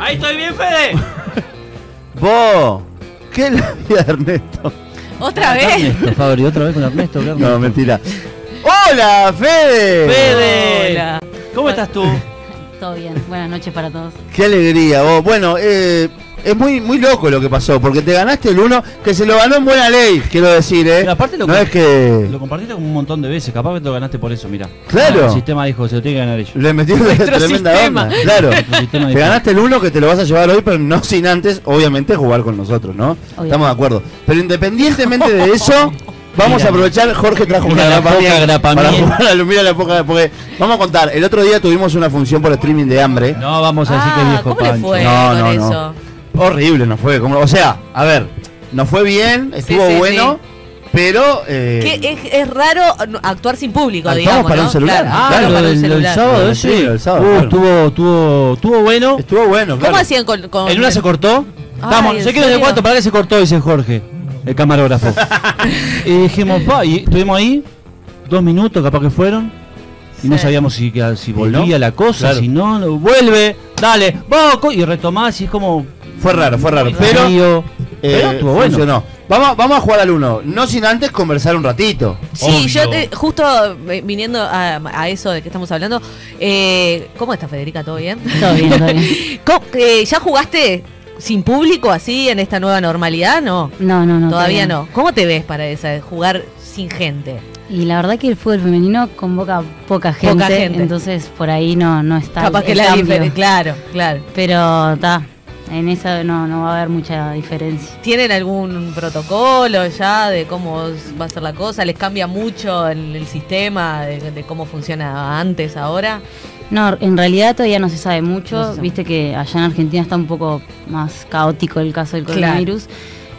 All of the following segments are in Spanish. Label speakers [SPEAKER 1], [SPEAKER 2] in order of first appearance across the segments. [SPEAKER 1] ¡Ahí estoy bien, Fede!
[SPEAKER 2] ¡Vos! ¿Qué la vida de Ernesto?
[SPEAKER 3] ¿Otra vez?
[SPEAKER 4] Ernesto, Fabri, otra vez con Ernesto, Ernesto.
[SPEAKER 2] No, mentira. ¡Hola, Fede!
[SPEAKER 1] ¡Fede!
[SPEAKER 3] Hola.
[SPEAKER 1] ¿Cómo estás tú?
[SPEAKER 5] Todo bien, buenas noches para todos.
[SPEAKER 2] ¡Qué alegría, vos! Bueno, eh, es muy, muy loco lo que pasó, porque te ganaste el uno que se lo ganó en buena ley, quiero decir, ¿eh?
[SPEAKER 4] Pero aparte lo
[SPEAKER 2] no
[SPEAKER 4] que-
[SPEAKER 2] es que...
[SPEAKER 4] Lo Ah, compartiste como un montón de veces, capaz que te lo ganaste por eso, mirá.
[SPEAKER 2] Claro.
[SPEAKER 4] El sistema dijo, se lo tiene que ganar ellos.
[SPEAKER 2] Le metió una
[SPEAKER 3] Nuestro
[SPEAKER 2] tremenda
[SPEAKER 3] sistema.
[SPEAKER 2] onda. Claro.
[SPEAKER 4] Nuestro sistema
[SPEAKER 2] Te
[SPEAKER 4] dijo.
[SPEAKER 2] ganaste el uno que te lo vas a llevar hoy, pero no sin antes, obviamente, jugar con nosotros, ¿no?
[SPEAKER 5] Obviamente.
[SPEAKER 2] Estamos de acuerdo. Pero independientemente de eso, vamos
[SPEAKER 4] Mira.
[SPEAKER 2] a aprovechar. Jorge trajo
[SPEAKER 4] Mira
[SPEAKER 2] una
[SPEAKER 4] la
[SPEAKER 2] grapa
[SPEAKER 4] poca
[SPEAKER 2] bien
[SPEAKER 4] grapa
[SPEAKER 2] para
[SPEAKER 4] miel.
[SPEAKER 2] jugar a lo- mira la poca- porque vamos a contar. El otro día tuvimos una función por streaming de hambre.
[SPEAKER 4] No, vamos a decir que es
[SPEAKER 3] Ah,
[SPEAKER 4] viejo
[SPEAKER 3] ¿cómo
[SPEAKER 4] Pancho.
[SPEAKER 3] le fue
[SPEAKER 2] No,
[SPEAKER 3] con
[SPEAKER 2] no, no.
[SPEAKER 3] eso?
[SPEAKER 2] Horrible, no fue. como- o sea, a ver, nos fue bien, estuvo
[SPEAKER 3] sí,
[SPEAKER 2] bueno, pero. eh,
[SPEAKER 3] Que es, es raro actuar sin público,
[SPEAKER 2] Actuamos
[SPEAKER 3] digamos,
[SPEAKER 2] para
[SPEAKER 3] ¿no?
[SPEAKER 2] un celular.
[SPEAKER 3] Claro,
[SPEAKER 4] Ah,
[SPEAKER 2] Claro,
[SPEAKER 3] actuar
[SPEAKER 4] lo
[SPEAKER 3] para
[SPEAKER 4] del,
[SPEAKER 3] un
[SPEAKER 4] lo del
[SPEAKER 3] celular.
[SPEAKER 4] sábado,
[SPEAKER 2] Bueno,
[SPEAKER 4] ese.
[SPEAKER 2] sí, lo del sábado,
[SPEAKER 4] Uh,
[SPEAKER 2] claro.
[SPEAKER 4] Tuvo, tuvo, tuvo bueno.
[SPEAKER 2] Estuvo bueno,
[SPEAKER 3] ¿Cómo
[SPEAKER 2] claro.
[SPEAKER 3] hacían con, con-
[SPEAKER 4] En una se cortó. Vamos,
[SPEAKER 3] ¿en
[SPEAKER 4] sé que no sé
[SPEAKER 3] serio?
[SPEAKER 4] cuánto, ¿para qué se cortó? Dice Jorge, el camarógrafo. y dijimos, pa, y estuvimos ahí, dos minutos capaz que fueron. Y no
[SPEAKER 3] Sí.
[SPEAKER 4] sabíamos si, que- si
[SPEAKER 2] no,
[SPEAKER 4] volvía la cosa,
[SPEAKER 2] claro.
[SPEAKER 4] si no, no, vuelve, dale, boco, y retomás, y es como.
[SPEAKER 2] Fue raro, fue raro. Pero.
[SPEAKER 4] frío.
[SPEAKER 2] Eh,
[SPEAKER 4] pero estuvo bueno.
[SPEAKER 2] funcionó. Vamos, vamos a jugar al uno, no sin antes conversar un ratito.
[SPEAKER 3] Sí, yo
[SPEAKER 4] Obvio.
[SPEAKER 3] te- justo eh, viniendo a, a eso de que estamos hablando, eh, ¿cómo está Federica? ¿Todo bien?
[SPEAKER 5] Todo bien, todo bien.
[SPEAKER 3] ¿Cómo- eh, ¿Ya jugaste sin público así en esta nueva normalidad? No,
[SPEAKER 5] No, no, no.
[SPEAKER 3] todavía no. ¿Cómo te ves para esa, jugar sin gente?
[SPEAKER 5] Y la verdad que el fútbol femenino convoca poca gente,
[SPEAKER 3] gente.
[SPEAKER 5] entonces por ahí no, no está.
[SPEAKER 3] Capaz
[SPEAKER 5] el
[SPEAKER 3] que la
[SPEAKER 5] cambio.
[SPEAKER 3] diferencia. Claro, claro.
[SPEAKER 5] Pero está, en eso no, no va a haber mucha diferencia.
[SPEAKER 3] ¿Tienen algún protocolo ya de cómo va a ser la cosa? ¿Les cambia mucho el, el sistema de, de cómo funcionaba antes, ahora?
[SPEAKER 5] No, en realidad todavía no se sabe mucho.
[SPEAKER 3] No se sabe.
[SPEAKER 5] Viste que allá en Argentina está un poco más caótico el caso del
[SPEAKER 3] Claro.
[SPEAKER 5] coronavirus.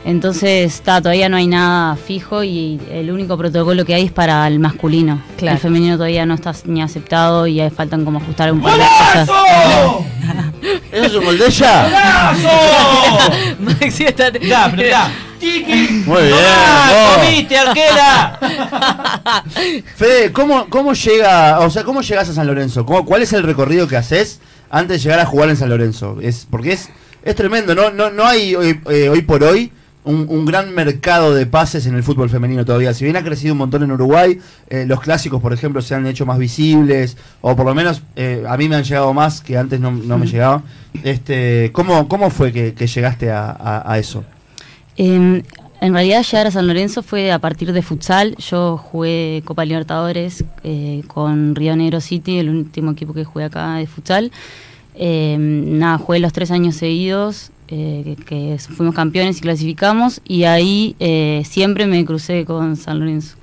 [SPEAKER 5] Entonces, está, todavía no hay nada fijo y el único protocolo que hay es para el masculino.
[SPEAKER 3] Claro.
[SPEAKER 5] El femenino todavía no está ni aceptado y ahí faltan como ajustar un par de cosas.
[SPEAKER 2] ¿Eso es un gol de ella?
[SPEAKER 3] Maxi está...
[SPEAKER 4] Mirá, pero mirá. Chiqui.
[SPEAKER 2] Muy bien,
[SPEAKER 4] Tomá,
[SPEAKER 2] vos.
[SPEAKER 4] Ah, comiste, arquera.
[SPEAKER 2] Fede, ¿cómo, cómo llega, o sea, cómo llegas a San Lorenzo? ¿Cómo- ¿Cuál es el recorrido que haces antes de llegar a jugar en San Lorenzo? Es porque es es tremendo, no no no hay hoy, eh, hoy por hoy un, un gran mercado de pases en el fútbol femenino todavía. Si bien ha crecido un montón en Uruguay, eh, los clásicos, por ejemplo, se han hecho más visibles, o por lo menos eh, a mí me han llegado más que antes no, no me llegaban. Este, ¿cómo, ¿Cómo fue que, que llegaste a, a- a eso?
[SPEAKER 5] En, Em, en realidad llegar a San Lorenzo fue a partir de futsal. Yo jugué Copa Libertadores eh, con Río Negro City, el último equipo que jugué acá de futsal. Eh, nada, jugué los tres años seguidos, eh, que, que fuimos campeones y clasificamos, y ahí eh, siempre me crucé con San Lorenzo.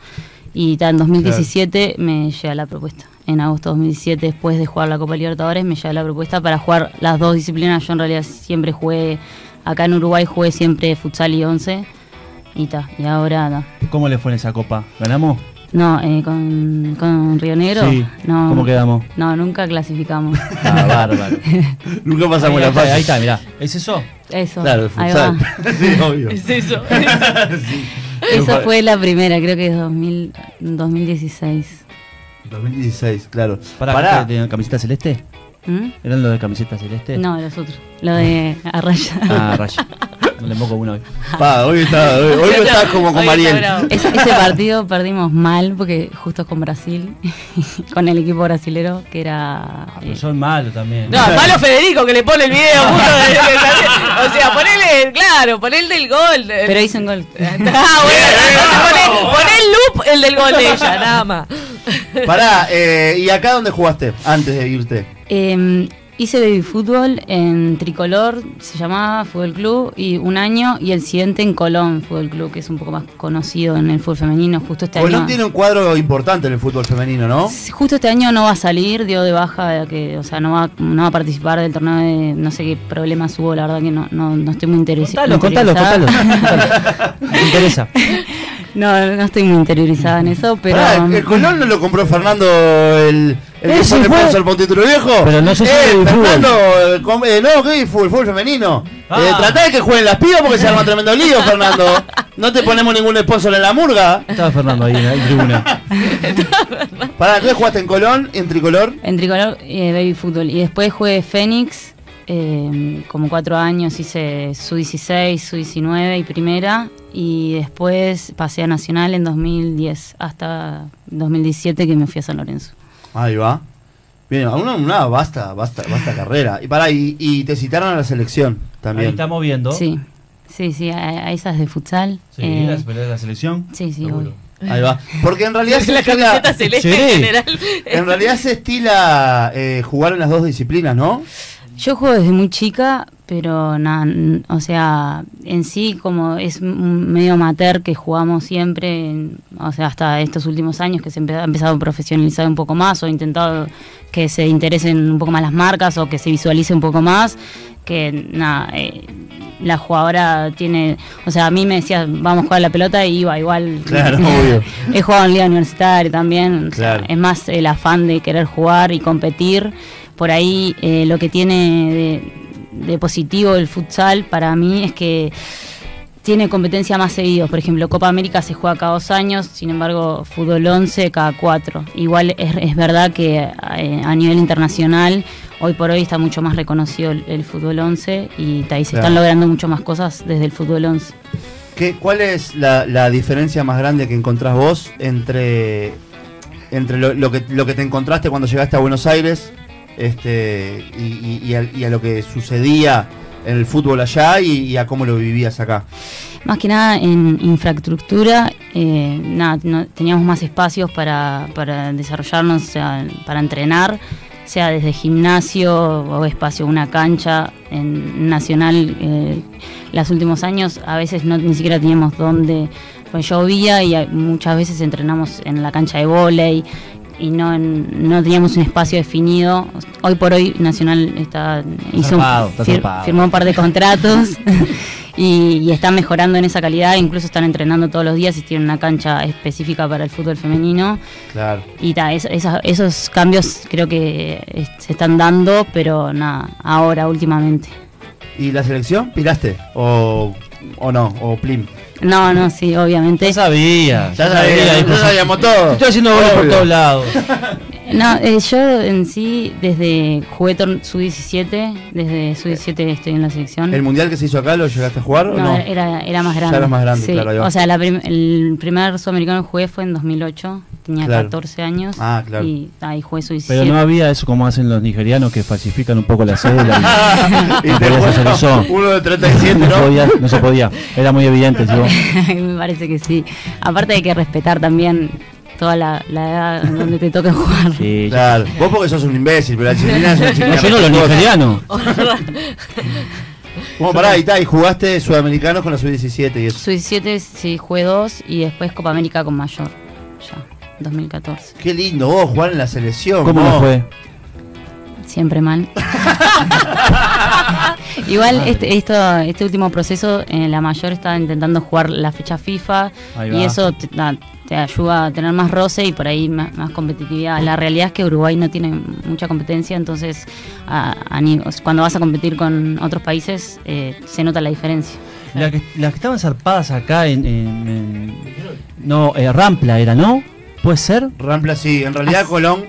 [SPEAKER 5] Y ta, en 2017 me llega la propuesta. En agosto de 2017, después de jugar la Copa Libertadores, me llega la propuesta para jugar las dos disciplinas. Yo en realidad siempre jugué, acá en Uruguay jugué siempre futsal y 11. Y ta, y ahora no.
[SPEAKER 4] ¿Cómo le fue en esa copa? ¿Ganamos?
[SPEAKER 5] No, eh, con, con Río Negro,
[SPEAKER 4] Sí.
[SPEAKER 5] no,
[SPEAKER 4] ¿Cómo quedamos?
[SPEAKER 5] no, nunca clasificamos.
[SPEAKER 4] Ah, bárbaro.
[SPEAKER 2] Nunca
[SPEAKER 4] Ahí,
[SPEAKER 2] pasamos
[SPEAKER 4] ahí, ahí está, mirá. ¿Es eso?
[SPEAKER 5] Eso,
[SPEAKER 2] Claro, el
[SPEAKER 5] ahí
[SPEAKER 2] futsal.
[SPEAKER 5] va.
[SPEAKER 2] sí, obvio.
[SPEAKER 3] Es eso.
[SPEAKER 5] Esa fue la primera, creo que es 2000, 2016.
[SPEAKER 2] 2016, claro.
[SPEAKER 4] ¿Para
[SPEAKER 2] Pará.
[SPEAKER 4] ¿Tenían camiseta celeste?
[SPEAKER 5] ¿Mm?
[SPEAKER 4] ¿Eran los de camiseta celeste?
[SPEAKER 5] No, los otros, lo de Arraya.
[SPEAKER 4] Ah, raya. No le moco uno hoy.
[SPEAKER 2] Pa, hoy está, hoy, hoy no estás como con
[SPEAKER 3] Hoy está
[SPEAKER 2] Mariel.
[SPEAKER 3] bravo.
[SPEAKER 5] Ese, ese partido perdimos mal porque justo con Brasil, con el equipo brasilero que era...
[SPEAKER 4] Pero
[SPEAKER 5] eh,
[SPEAKER 4] son malos también.
[SPEAKER 3] No, malo Federico que le pone el video. puto, de- de- de- o sea, ponele, claro, ponele el del gol. de-
[SPEAKER 5] pero hizo un gol.
[SPEAKER 3] Ah, bueno, poné, poné el loop el del gol de ella, nada más.
[SPEAKER 2] Pará, eh, ¿y acá dónde jugaste antes de irte?
[SPEAKER 5] Eh, hice baby fútbol en Tricolor, se llamaba Fútbol Club, y un año, y el siguiente en Colón Fútbol Club, que es un poco más conocido en el fútbol femenino, justo este
[SPEAKER 2] Colón
[SPEAKER 5] año.
[SPEAKER 2] tiene un cuadro importante en el fútbol femenino, ¿no?
[SPEAKER 5] Sí, Justo este año no va a salir, dio de baja, que, o sea, no va, no va a participar del torneo de no sé qué problemas hubo, la verdad que no, no, no estoy muy interesa-
[SPEAKER 4] Contalo, contalo,
[SPEAKER 5] interiorizada.
[SPEAKER 4] contalo. Me interesa.
[SPEAKER 5] No, no estoy muy interiorizada en eso, pero...
[SPEAKER 2] Pará, ¿el- ¿el Colón no lo compró Fernando el, el que
[SPEAKER 4] Ese
[SPEAKER 2] fue
[SPEAKER 4] fue-
[SPEAKER 2] sponsor por título viejo?
[SPEAKER 4] Pero no sé si
[SPEAKER 2] eh,
[SPEAKER 4] de fútbol.
[SPEAKER 2] Fernando, eh, com- eh, no, ¿qué fútbol, fútbol femenino?
[SPEAKER 4] Ah.
[SPEAKER 2] Eh, tratá de que jueguen las pibas porque se arma tremendo lío, Fernando. No te ponemos ningún sponsor en la murga.
[SPEAKER 4] Estaba Fernando ahí en la en tribuna.
[SPEAKER 2] Pará, ¿qué jugaste en Colón, en tricolor?
[SPEAKER 5] En Tricolor, eh, Baby Fútbol. Y después jugué Fénix, eh, como cuatro años hice su 16, su 19 y primera, y después pasé a Nacional en 2010, hasta 2017 que me fui a San Lorenzo.
[SPEAKER 2] Ahí va. Bien, a una, una basta, basta, basta carrera. Y para y, y te citaron a la selección
[SPEAKER 4] Ahí
[SPEAKER 2] también.
[SPEAKER 4] estamos viendo.
[SPEAKER 5] Sí, sí, sí, a, a esas de futsal.
[SPEAKER 4] Sí,
[SPEAKER 5] eh,
[SPEAKER 4] las peleas de la selección.
[SPEAKER 5] sí, sí,
[SPEAKER 4] Seguro.
[SPEAKER 5] obvio.
[SPEAKER 2] Ahí va. Porque en realidad se
[SPEAKER 3] la
[SPEAKER 2] estila,
[SPEAKER 3] camiseta celeste
[SPEAKER 4] Sí.
[SPEAKER 3] en general.
[SPEAKER 2] en realidad se estila eh, jugar en las dos disciplinas, ¿no?
[SPEAKER 5] Yo juego desde muy chica, pero nada, n- o sea, en sí como es un medio amateur que jugamos siempre, en- o sea, hasta estos últimos años que se empe- ha empezado a profesionalizar un poco más o ha intentado que se interesen un poco más las marcas o que se visualice un poco más, que nada, eh, la jugadora tiene, o sea, a mí me decía, vamos a jugar a la pelota y iba igual.
[SPEAKER 2] Claro, obvio.
[SPEAKER 5] He jugado en liga universitaria también. o sea,
[SPEAKER 2] Claro.
[SPEAKER 5] es más el afán de querer jugar y competir. Por ahí eh, lo que tiene de, de positivo el futsal para mí es que tiene competencia más seguido. Por ejemplo, Copa América se juega cada dos años, sin embargo, fútbol 11 cada cuatro. Igual es, es verdad que eh, a nivel internacional hoy por hoy está mucho más reconocido el, el fútbol 11 y ahí se
[SPEAKER 2] Claro.
[SPEAKER 5] están logrando mucho más cosas desde el fútbol 11.
[SPEAKER 2] ¿Qué, ¿Cuál es la, la diferencia más grande que encontrás vos entre, entre lo, lo que, lo que te encontraste cuando llegaste a Buenos Aires este, y, y- y al- y a, lo que sucedía en el fútbol allá y, y a cómo lo vivías acá?
[SPEAKER 5] Más que nada en infraestructura, eh, nada, no- teníamos más espacios para, para desarrollarnos, o sea, para entrenar, sea desde gimnasio o espacio, una cancha. En Nacional, eh, los últimos años, a veces no, ni siquiera teníamos dónde. Pues llovía y a- muchas veces entrenamos en la cancha de vóley y no, en- no teníamos un espacio definido. Hoy por hoy Nacional está, hizo un-
[SPEAKER 4] zarpado, está
[SPEAKER 5] fir-
[SPEAKER 4] zarpado.
[SPEAKER 5] firmó un par de contratos y, y está mejorando en esa calidad, incluso están entrenando todos los días y tienen una cancha específica para el fútbol femenino.
[SPEAKER 2] Claro.
[SPEAKER 5] Y ta, es- esas- esos cambios creo que eh, se están dando, pero nada, ahora últimamente.
[SPEAKER 2] ¿Y la selección? ¿Piraste? ¿O, o no? ¿O Plim?
[SPEAKER 5] No, no, sí, obviamente.
[SPEAKER 4] Ya sabía.
[SPEAKER 2] Ya sabía,
[SPEAKER 4] hijo.
[SPEAKER 2] ya sabíamos todo.
[SPEAKER 4] Estoy haciendo goles por
[SPEAKER 2] Obvio.
[SPEAKER 4] todos lados.
[SPEAKER 5] No, eh, yo en sí, desde jugué tor- sub-17, desde sub-17 estoy en la selección.
[SPEAKER 2] ¿El mundial que se hizo acá lo llegaste a jugar o
[SPEAKER 5] No,
[SPEAKER 2] no?
[SPEAKER 5] Era, era más
[SPEAKER 2] Ya
[SPEAKER 5] grande.
[SPEAKER 2] eras más grande,
[SPEAKER 5] sí.
[SPEAKER 2] claro, ahí va.
[SPEAKER 5] O sea, la prim- el primer sudamericano que jugué fue en 2008, tenía
[SPEAKER 2] Claro.
[SPEAKER 5] 14 años.
[SPEAKER 2] Ah, claro.
[SPEAKER 5] Y ahí jugué sub-17.
[SPEAKER 4] Pero no había eso como hacen los nigerianos que falsifican un poco la cédula.
[SPEAKER 2] y
[SPEAKER 4] No
[SPEAKER 2] te
[SPEAKER 4] podías hacer
[SPEAKER 2] bueno,
[SPEAKER 4] eso.
[SPEAKER 2] uno de
[SPEAKER 4] y
[SPEAKER 2] 37,
[SPEAKER 4] No,
[SPEAKER 2] ¿no?
[SPEAKER 4] podía- no se podía. Era muy evidente. ¿sí?
[SPEAKER 5] Me parece que sí. Aparte hay que respetar también toda la, la edad en donde te toca jugar.
[SPEAKER 4] Sí.
[SPEAKER 2] Claro. Vos porque sos un imbécil, pero la chilena es una
[SPEAKER 4] No,
[SPEAKER 2] chica
[SPEAKER 4] yo no, los
[SPEAKER 2] respetuosa.
[SPEAKER 4] nigerianos.
[SPEAKER 2] Bueno, pará, y, ta, y jugaste sudamericanos con la sub-17 y eso.
[SPEAKER 5] Sub-17 sí jugué dos y después Copa América con mayor, ya, 2014.
[SPEAKER 2] Qué lindo, vos jugar en la selección.
[SPEAKER 4] ¿Cómo
[SPEAKER 2] vos.
[SPEAKER 4] nos fue?
[SPEAKER 5] Siempre mal. Igual este, esto, este último proceso, eh, la mayor está intentando jugar la fecha FIFA
[SPEAKER 4] Ahí va.
[SPEAKER 5] y eso te, da- te ayuda a tener más roce y por ahí ma- más, competitividad. La realidad es que Uruguay no tiene mucha competencia, entonces a- a ni- o sea, cuando vas a competir con otros países eh, se nota la diferencia.
[SPEAKER 4] La que- las que estaban zarpadas acá en. en- en- no, eh, Rampla era, ¿no? ¿Puede ser?
[SPEAKER 2] Rampla sí, en realidad
[SPEAKER 5] As-
[SPEAKER 2] Colón.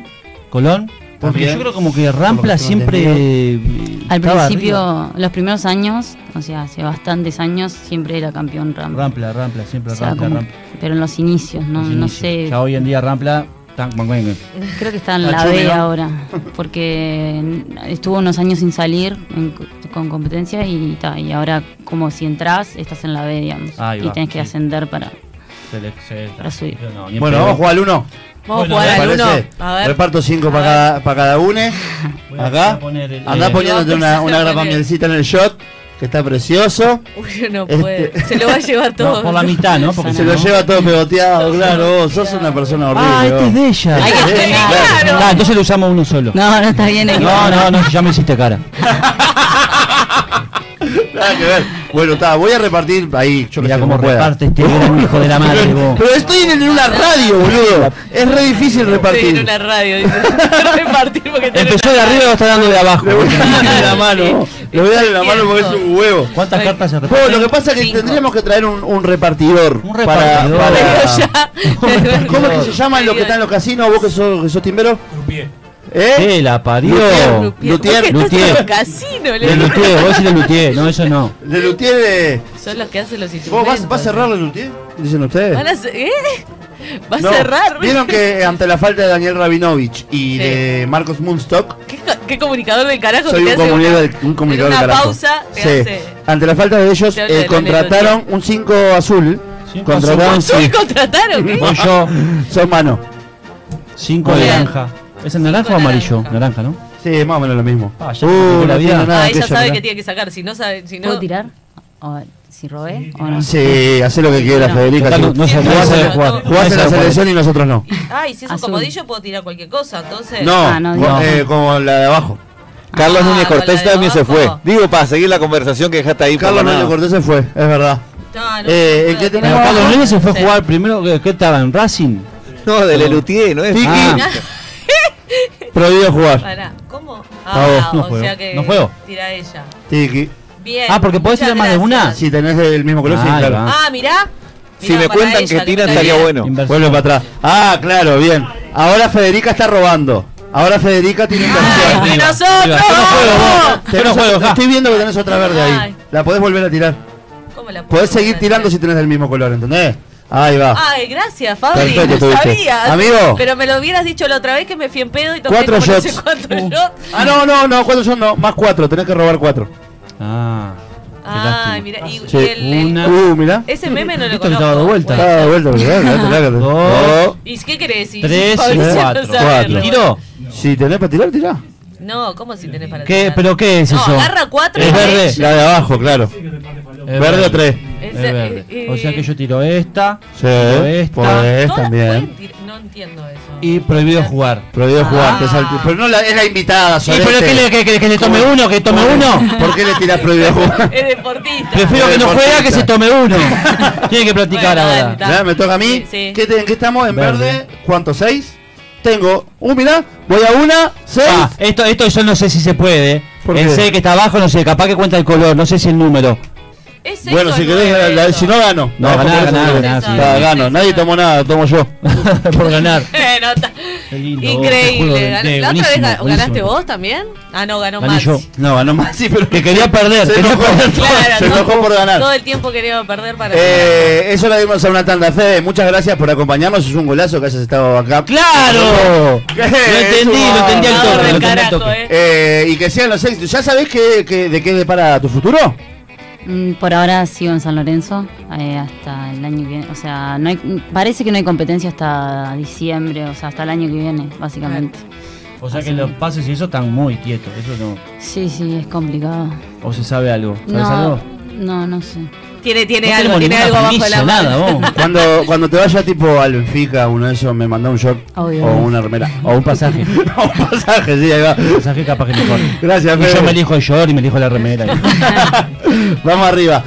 [SPEAKER 4] Colón. Porque
[SPEAKER 2] También.
[SPEAKER 4] yo creo como que
[SPEAKER 2] Por lo
[SPEAKER 4] Rampla
[SPEAKER 2] que tengo
[SPEAKER 4] siempre. eh,
[SPEAKER 5] Al
[SPEAKER 4] estaba
[SPEAKER 5] principio,
[SPEAKER 4] arriba.
[SPEAKER 5] los primeros años, o sea, hace bastantes años, siempre era campeón Rampla.
[SPEAKER 4] Rampla, Rampla, siempre
[SPEAKER 5] O sea,
[SPEAKER 4] Rampla,
[SPEAKER 5] como-
[SPEAKER 4] Rampla.
[SPEAKER 5] pero en los inicios, no,
[SPEAKER 4] Los
[SPEAKER 5] no
[SPEAKER 4] inicios.
[SPEAKER 5] sé.
[SPEAKER 4] Ya hoy en día Rampla. tan- buen, buen, buen.
[SPEAKER 5] Creo que está en
[SPEAKER 2] Está
[SPEAKER 5] la B
[SPEAKER 2] chumelo.
[SPEAKER 5] ahora, porque estuvo unos años sin salir en- con competencia y, ta, y ahora como si entras, estás en la B, digamos.
[SPEAKER 4] Ahí
[SPEAKER 5] y
[SPEAKER 4] va,
[SPEAKER 5] tenés que
[SPEAKER 4] sí.
[SPEAKER 5] ascender para...
[SPEAKER 4] Se le- se-
[SPEAKER 5] Para subir.
[SPEAKER 4] No, ni en
[SPEAKER 2] Bueno,
[SPEAKER 4] pedo.
[SPEAKER 2] vamos a jugar al 1.
[SPEAKER 3] Vamos
[SPEAKER 4] Bueno,
[SPEAKER 3] a
[SPEAKER 4] me
[SPEAKER 3] jugar al uno.
[SPEAKER 2] Parece.
[SPEAKER 3] A ver.
[SPEAKER 2] Reparto 5 para
[SPEAKER 3] A
[SPEAKER 2] cada, para cada uno.
[SPEAKER 4] Voy a- voy
[SPEAKER 2] Acá.
[SPEAKER 4] a poner el-
[SPEAKER 2] Andá
[SPEAKER 4] eh,
[SPEAKER 2] poniéndote
[SPEAKER 3] No,
[SPEAKER 2] una,
[SPEAKER 3] pero
[SPEAKER 2] una
[SPEAKER 3] se lo
[SPEAKER 2] grapa
[SPEAKER 3] pone.
[SPEAKER 2] mielcita en el shot, que está precioso.
[SPEAKER 3] Uy, no
[SPEAKER 2] Este-
[SPEAKER 3] puede. Se lo va a llevar todo.
[SPEAKER 4] No, por la mitad, ¿no? Porque
[SPEAKER 2] Se
[SPEAKER 4] si
[SPEAKER 2] lo
[SPEAKER 4] no-
[SPEAKER 2] lleva todo pegoteado, claro. vos sos una persona horrible.
[SPEAKER 4] Ah, este
[SPEAKER 2] vos.
[SPEAKER 4] es de ella.
[SPEAKER 5] Ay,
[SPEAKER 2] Este es de
[SPEAKER 5] que-
[SPEAKER 2] ella,
[SPEAKER 3] claro.
[SPEAKER 4] Ah, entonces lo usamos uno solo.
[SPEAKER 5] No, no está bien. equipo.
[SPEAKER 4] No, no, no, ya me hiciste cara.
[SPEAKER 2] Nada que ver. Bueno, está, voy a repartir ahí. Yo
[SPEAKER 4] Mira
[SPEAKER 2] que sé,
[SPEAKER 4] cómo
[SPEAKER 2] como pueda.
[SPEAKER 4] reparte este gran hijo de la madre,
[SPEAKER 2] Pero,
[SPEAKER 4] vos.
[SPEAKER 2] pero estoy en, en una radio, boludo. Es re difícil
[SPEAKER 3] Estoy en
[SPEAKER 2] repartir.
[SPEAKER 3] una radio. dice. No repartir porque estoy en
[SPEAKER 4] Empezó de
[SPEAKER 3] una-
[SPEAKER 4] arriba y lo está dando de abajo.
[SPEAKER 2] Le voy a dar la mano. Le voy a dar la mano porque es un huevo.
[SPEAKER 4] ¿Cuántas cartas se
[SPEAKER 2] Vos, lo
[SPEAKER 4] reparten?
[SPEAKER 2] que pasa es que
[SPEAKER 3] Cinco.
[SPEAKER 2] tendríamos que traer un, un repartidor.
[SPEAKER 4] Un repartidor.
[SPEAKER 2] Para, para-
[SPEAKER 3] Ya.
[SPEAKER 2] ¿Cómo es que se llaman los que están en los casinos? Vos que sos, que sos timbero.
[SPEAKER 6] Croupier.
[SPEAKER 2] ¿Eh?
[SPEAKER 4] ¡Eh, la parió!
[SPEAKER 2] Lutier. Lutier,
[SPEAKER 3] Lutier,
[SPEAKER 4] Lutier.
[SPEAKER 3] casino,
[SPEAKER 4] De
[SPEAKER 3] le-
[SPEAKER 4] Lutier, vos decís de Lutier, no, eso no.
[SPEAKER 2] Le Lutier de-
[SPEAKER 3] Son los que hacen los instrumentos.
[SPEAKER 2] ¿Vos vas, vas a cerrar Le Lutier? Dicen ustedes.
[SPEAKER 3] Van a cer- ¿Eh? Va a
[SPEAKER 2] No,
[SPEAKER 3] cerrar.
[SPEAKER 2] Vieron que eh, ante la falta de Daniel Rabinovich y
[SPEAKER 3] Sí.
[SPEAKER 2] de Marcos Munstock,
[SPEAKER 3] ¿Qué, co- qué comunicador del carajo
[SPEAKER 2] soy
[SPEAKER 3] que
[SPEAKER 2] un
[SPEAKER 3] te hace
[SPEAKER 2] comunicador,
[SPEAKER 3] una-
[SPEAKER 2] del- un comunicador
[SPEAKER 3] en
[SPEAKER 2] del
[SPEAKER 3] una
[SPEAKER 2] carajo.
[SPEAKER 3] pausa te
[SPEAKER 2] Sí.
[SPEAKER 3] hace-
[SPEAKER 2] Ante la falta de ellos,
[SPEAKER 3] Te habla
[SPEAKER 2] eh,
[SPEAKER 3] de Daniel
[SPEAKER 2] contrataron un 5 azul.
[SPEAKER 4] Cinco
[SPEAKER 2] Contrataron
[SPEAKER 4] azul.
[SPEAKER 3] ¿Soy contrataron? ¿Qué?
[SPEAKER 4] Voy yo,
[SPEAKER 2] Son mano.
[SPEAKER 4] 5
[SPEAKER 3] Bien.
[SPEAKER 4] naranja. ¿Es el naranja o
[SPEAKER 3] Cinco
[SPEAKER 4] amarillo?
[SPEAKER 3] naranja.
[SPEAKER 4] Naranja, ¿no?
[SPEAKER 2] Sí, más o menos lo mismo. Uh,
[SPEAKER 4] Ah, ya me la vida.
[SPEAKER 2] tiene nada
[SPEAKER 3] Ah, ella
[SPEAKER 2] aquello,
[SPEAKER 3] sabe
[SPEAKER 2] mirá.
[SPEAKER 3] que tiene que sacar. Si no sabe, si no.
[SPEAKER 5] ¿Puedo tirar? O- si robé o no.
[SPEAKER 2] Sí, hace lo que quiera,
[SPEAKER 5] No.
[SPEAKER 2] Federica.
[SPEAKER 4] Total,
[SPEAKER 2] sí.
[SPEAKER 4] no, no se
[SPEAKER 3] Sí,
[SPEAKER 4] no
[SPEAKER 3] no,
[SPEAKER 4] se
[SPEAKER 3] no,
[SPEAKER 4] debe
[SPEAKER 3] no.
[SPEAKER 4] jugar.
[SPEAKER 2] Jugás
[SPEAKER 4] No
[SPEAKER 2] en
[SPEAKER 4] se
[SPEAKER 2] la
[SPEAKER 4] debe jugar.
[SPEAKER 2] selección y nosotros no.
[SPEAKER 3] Ah, y si es un
[SPEAKER 5] Azul.
[SPEAKER 3] comodillo puedo tirar cualquier cosa, entonces.
[SPEAKER 2] No,
[SPEAKER 5] Ah, no,
[SPEAKER 2] co-
[SPEAKER 5] no.
[SPEAKER 2] eh, como la de abajo.
[SPEAKER 6] Carlos
[SPEAKER 3] Ah,
[SPEAKER 6] Núñez
[SPEAKER 3] con la
[SPEAKER 6] Cortés
[SPEAKER 3] de
[SPEAKER 6] también se
[SPEAKER 3] abajo.
[SPEAKER 6] fue. Digo, para seguir la conversación que dejaste ahí. por
[SPEAKER 2] Carlos
[SPEAKER 6] la
[SPEAKER 2] Noño
[SPEAKER 6] nada.
[SPEAKER 2] Cortés se fue, es verdad.
[SPEAKER 3] No, no,
[SPEAKER 2] Eh,
[SPEAKER 3] no,
[SPEAKER 2] ¿en qué
[SPEAKER 3] no,
[SPEAKER 4] Pero
[SPEAKER 2] tenemos?
[SPEAKER 4] Carlos
[SPEAKER 2] Abajo.
[SPEAKER 4] Núñez se fue a
[SPEAKER 3] Sí.
[SPEAKER 4] jugar primero, ¿qué- ¿qué estaba? ¿En Racing?
[SPEAKER 6] No, de Lelutier, ¿no es?
[SPEAKER 2] Tiki.
[SPEAKER 4] Ah.
[SPEAKER 2] Prohibido jugar.
[SPEAKER 3] Pará, ¿cómo?
[SPEAKER 4] Ah,
[SPEAKER 3] Ah,
[SPEAKER 4] no
[SPEAKER 3] o
[SPEAKER 4] juego,
[SPEAKER 3] sea que
[SPEAKER 4] no juego.
[SPEAKER 3] tira ella.
[SPEAKER 2] Tiki.
[SPEAKER 3] Bien.
[SPEAKER 4] Ah, porque podés
[SPEAKER 3] muchas
[SPEAKER 4] tirar más de una.
[SPEAKER 3] gracias.
[SPEAKER 2] Si tenés el mismo color, sí,
[SPEAKER 4] Ahí
[SPEAKER 2] claro.
[SPEAKER 4] va.
[SPEAKER 3] Ah, mirá.
[SPEAKER 6] Si me cuentan que tiran, estaría bueno.
[SPEAKER 4] Inversión.
[SPEAKER 2] Vuelve para atrás. Ah, claro, bien. Ahora Federica está robando. Ahora Federica tiene
[SPEAKER 3] Ah,
[SPEAKER 2] inversión.
[SPEAKER 4] Arriba,
[SPEAKER 3] de nosotros!
[SPEAKER 4] arriba. Yo no juego,
[SPEAKER 3] ¡Vamos!
[SPEAKER 4] Yo no juego, ja.
[SPEAKER 2] Estoy viendo que tenés otra verde ahí.
[SPEAKER 3] Ay.
[SPEAKER 2] La podés volver a tirar.
[SPEAKER 3] ¿Cómo la puedo
[SPEAKER 2] Podés seguir
[SPEAKER 3] hacer?
[SPEAKER 2] tirando si tenés el mismo color, ¿entendés? Ahí va.
[SPEAKER 3] Ay, gracias, Fabri.
[SPEAKER 2] Perfecto,
[SPEAKER 3] no
[SPEAKER 2] tuviste.
[SPEAKER 3] sabía.
[SPEAKER 2] Amigo.
[SPEAKER 3] Pero me lo hubieras dicho la otra vez que me fui en pedo y tomé
[SPEAKER 2] Cuatro
[SPEAKER 3] como no sé
[SPEAKER 2] shots.
[SPEAKER 3] cuántos
[SPEAKER 2] Uh.
[SPEAKER 3] shots.
[SPEAKER 2] Ah, no, no, no, cuatro yo no. Más cuatro, tenés que robar cuatro.
[SPEAKER 4] Ah. qué
[SPEAKER 3] Ay,
[SPEAKER 4] lástima.
[SPEAKER 3] mira. Y,
[SPEAKER 2] Sí.
[SPEAKER 3] y el, el-
[SPEAKER 4] Una.
[SPEAKER 2] Uh, mirá.
[SPEAKER 3] ese meme no lo
[SPEAKER 4] Esto me estaba dando
[SPEAKER 3] conozco.
[SPEAKER 4] vuelta.
[SPEAKER 2] Está de vuelta, pero eh, mirá, mirá, mirá, mirá.
[SPEAKER 4] Dos.
[SPEAKER 3] ¿Y qué querés decir?
[SPEAKER 4] Tres y
[SPEAKER 3] Fabricio, no
[SPEAKER 4] cuatro.
[SPEAKER 3] sabe
[SPEAKER 2] Cuatro.
[SPEAKER 3] lo-
[SPEAKER 4] ¿Tiro?
[SPEAKER 2] Si tenés para tirar, tirá.
[SPEAKER 3] No, ¿cómo si tenés para
[SPEAKER 4] ¿Qué,
[SPEAKER 3] tirar?
[SPEAKER 4] ¿Pero qué es
[SPEAKER 3] No,
[SPEAKER 4] eso?
[SPEAKER 3] agarra cuatro
[SPEAKER 4] Es
[SPEAKER 3] y
[SPEAKER 4] verde.
[SPEAKER 3] echa.
[SPEAKER 2] La de abajo, claro.
[SPEAKER 4] Es
[SPEAKER 2] Verde o tres.
[SPEAKER 4] Es
[SPEAKER 3] Esa-
[SPEAKER 4] verde.
[SPEAKER 3] eh,
[SPEAKER 4] O sea que
[SPEAKER 3] eh,
[SPEAKER 4] yo tiro esta, tiro
[SPEAKER 2] Sí, pues.
[SPEAKER 4] esta
[SPEAKER 2] podés
[SPEAKER 3] Todas
[SPEAKER 2] también. ¿eh?
[SPEAKER 3] pueden tir- No entiendo eso.
[SPEAKER 4] y prohibido jugar.
[SPEAKER 2] Prohibido jugar,
[SPEAKER 3] Ah.
[SPEAKER 2] te salte- Pero no la, es la invitada,
[SPEAKER 4] ¿Y pero
[SPEAKER 2] sorete.
[SPEAKER 4] qué le, que, que, que se tome
[SPEAKER 2] ¿Cómo?
[SPEAKER 4] uno? ¿Que tome
[SPEAKER 2] ¿Por-
[SPEAKER 4] uno?
[SPEAKER 2] ¿Por qué le tirás prohibido jugar?
[SPEAKER 3] Es deportista.
[SPEAKER 4] Prefiero que no juega que se tome uno. Tiene que practicar
[SPEAKER 3] Bueno, dale,
[SPEAKER 4] ahora.
[SPEAKER 3] dale.
[SPEAKER 2] Mirá, me toca a mí.
[SPEAKER 3] Sí, sí.
[SPEAKER 2] ¿Qué te- ¿En qué estamos? En verde.
[SPEAKER 4] Verde.
[SPEAKER 2] ¿Cuánto? ¿Seis? Tengo. Uh, mirá, voy a una, seis.
[SPEAKER 4] Ah, esto, esto yo no sé si se puede.
[SPEAKER 2] ¿Por
[SPEAKER 4] el
[SPEAKER 2] qué?
[SPEAKER 4] 6 que está abajo, no sé, capaz que cuenta el color, no sé si el número.
[SPEAKER 3] Es seis
[SPEAKER 2] bueno,
[SPEAKER 3] o
[SPEAKER 2] si
[SPEAKER 3] nueve
[SPEAKER 2] querés, la- la-
[SPEAKER 3] eso.
[SPEAKER 2] si no gano.
[SPEAKER 4] No,
[SPEAKER 2] porque
[SPEAKER 4] ganá,
[SPEAKER 2] eso
[SPEAKER 4] ganá,
[SPEAKER 2] no-
[SPEAKER 4] ganá, sí.
[SPEAKER 2] Está, Gano,
[SPEAKER 3] Sí,
[SPEAKER 2] nadie
[SPEAKER 3] sí,
[SPEAKER 2] tomó nada, tomo yo.
[SPEAKER 4] Por ganar.
[SPEAKER 3] Eh, no, ta-
[SPEAKER 4] Qué lindo, vos, te juro,
[SPEAKER 3] Increíble.
[SPEAKER 4] de-
[SPEAKER 3] Gan-
[SPEAKER 4] de-
[SPEAKER 3] ¿La otra vez
[SPEAKER 4] buenísimo,
[SPEAKER 3] ga- ganaste
[SPEAKER 4] buenísimo.
[SPEAKER 3] vos también? Ah, no, ganó
[SPEAKER 4] Gané
[SPEAKER 3] más.
[SPEAKER 4] yo.
[SPEAKER 2] No, ganó más, sí, pero
[SPEAKER 4] Que quería perder,
[SPEAKER 2] Se
[SPEAKER 4] quería
[SPEAKER 2] enojó,
[SPEAKER 4] perder.
[SPEAKER 3] Claro,
[SPEAKER 2] se
[SPEAKER 3] no.
[SPEAKER 2] enojó por ganar.
[SPEAKER 3] Todo el tiempo quería perder para
[SPEAKER 2] Eh, eso la dimos a una tanda. Fede, muchas gracias por acompañarnos. Es un golazo que hayas estado acá.
[SPEAKER 4] ¡Claro!
[SPEAKER 2] ¿Qué?
[SPEAKER 4] Lo entendí, lo entendí al
[SPEAKER 3] ganar.
[SPEAKER 4] toque. Lo
[SPEAKER 3] del
[SPEAKER 4] entendí al
[SPEAKER 3] carajo,
[SPEAKER 4] toque.
[SPEAKER 3] eh.
[SPEAKER 2] Eh, y que sean los éxitos. ¿Ya sabés qué- qué- de qué depara tu futuro?
[SPEAKER 5] Mm, Por ahora sigo en San Lorenzo eh, hasta el año que viene. O sea, no hay, parece que no hay competencia hasta diciembre, o sea, hasta el año que viene, básicamente.
[SPEAKER 4] O sea que los pases y eso están muy quietos, eso no.
[SPEAKER 5] Sí, sí, es complicado.
[SPEAKER 4] ¿O se sabe algo? ¿Sabes algo?
[SPEAKER 5] No, no, no sé.
[SPEAKER 3] Tiene, tiene
[SPEAKER 4] No tenemos
[SPEAKER 3] algo, tiene
[SPEAKER 4] ninguna
[SPEAKER 3] algo abajo de
[SPEAKER 4] premisa,
[SPEAKER 3] la mano.
[SPEAKER 4] nada, vos.
[SPEAKER 2] Cuando, cuando te vaya tipo al Benfica, uno de esos me manda un shot
[SPEAKER 5] Obvio.
[SPEAKER 2] o una remera.
[SPEAKER 4] O un pasaje. Un
[SPEAKER 2] O un pasaje, sí, ahí va.
[SPEAKER 4] pasaje capaz que mejor.
[SPEAKER 2] Gracias,
[SPEAKER 4] Y yo me
[SPEAKER 2] Fede.
[SPEAKER 4] elijo el short y me elijo la remera.
[SPEAKER 2] Vamos arriba.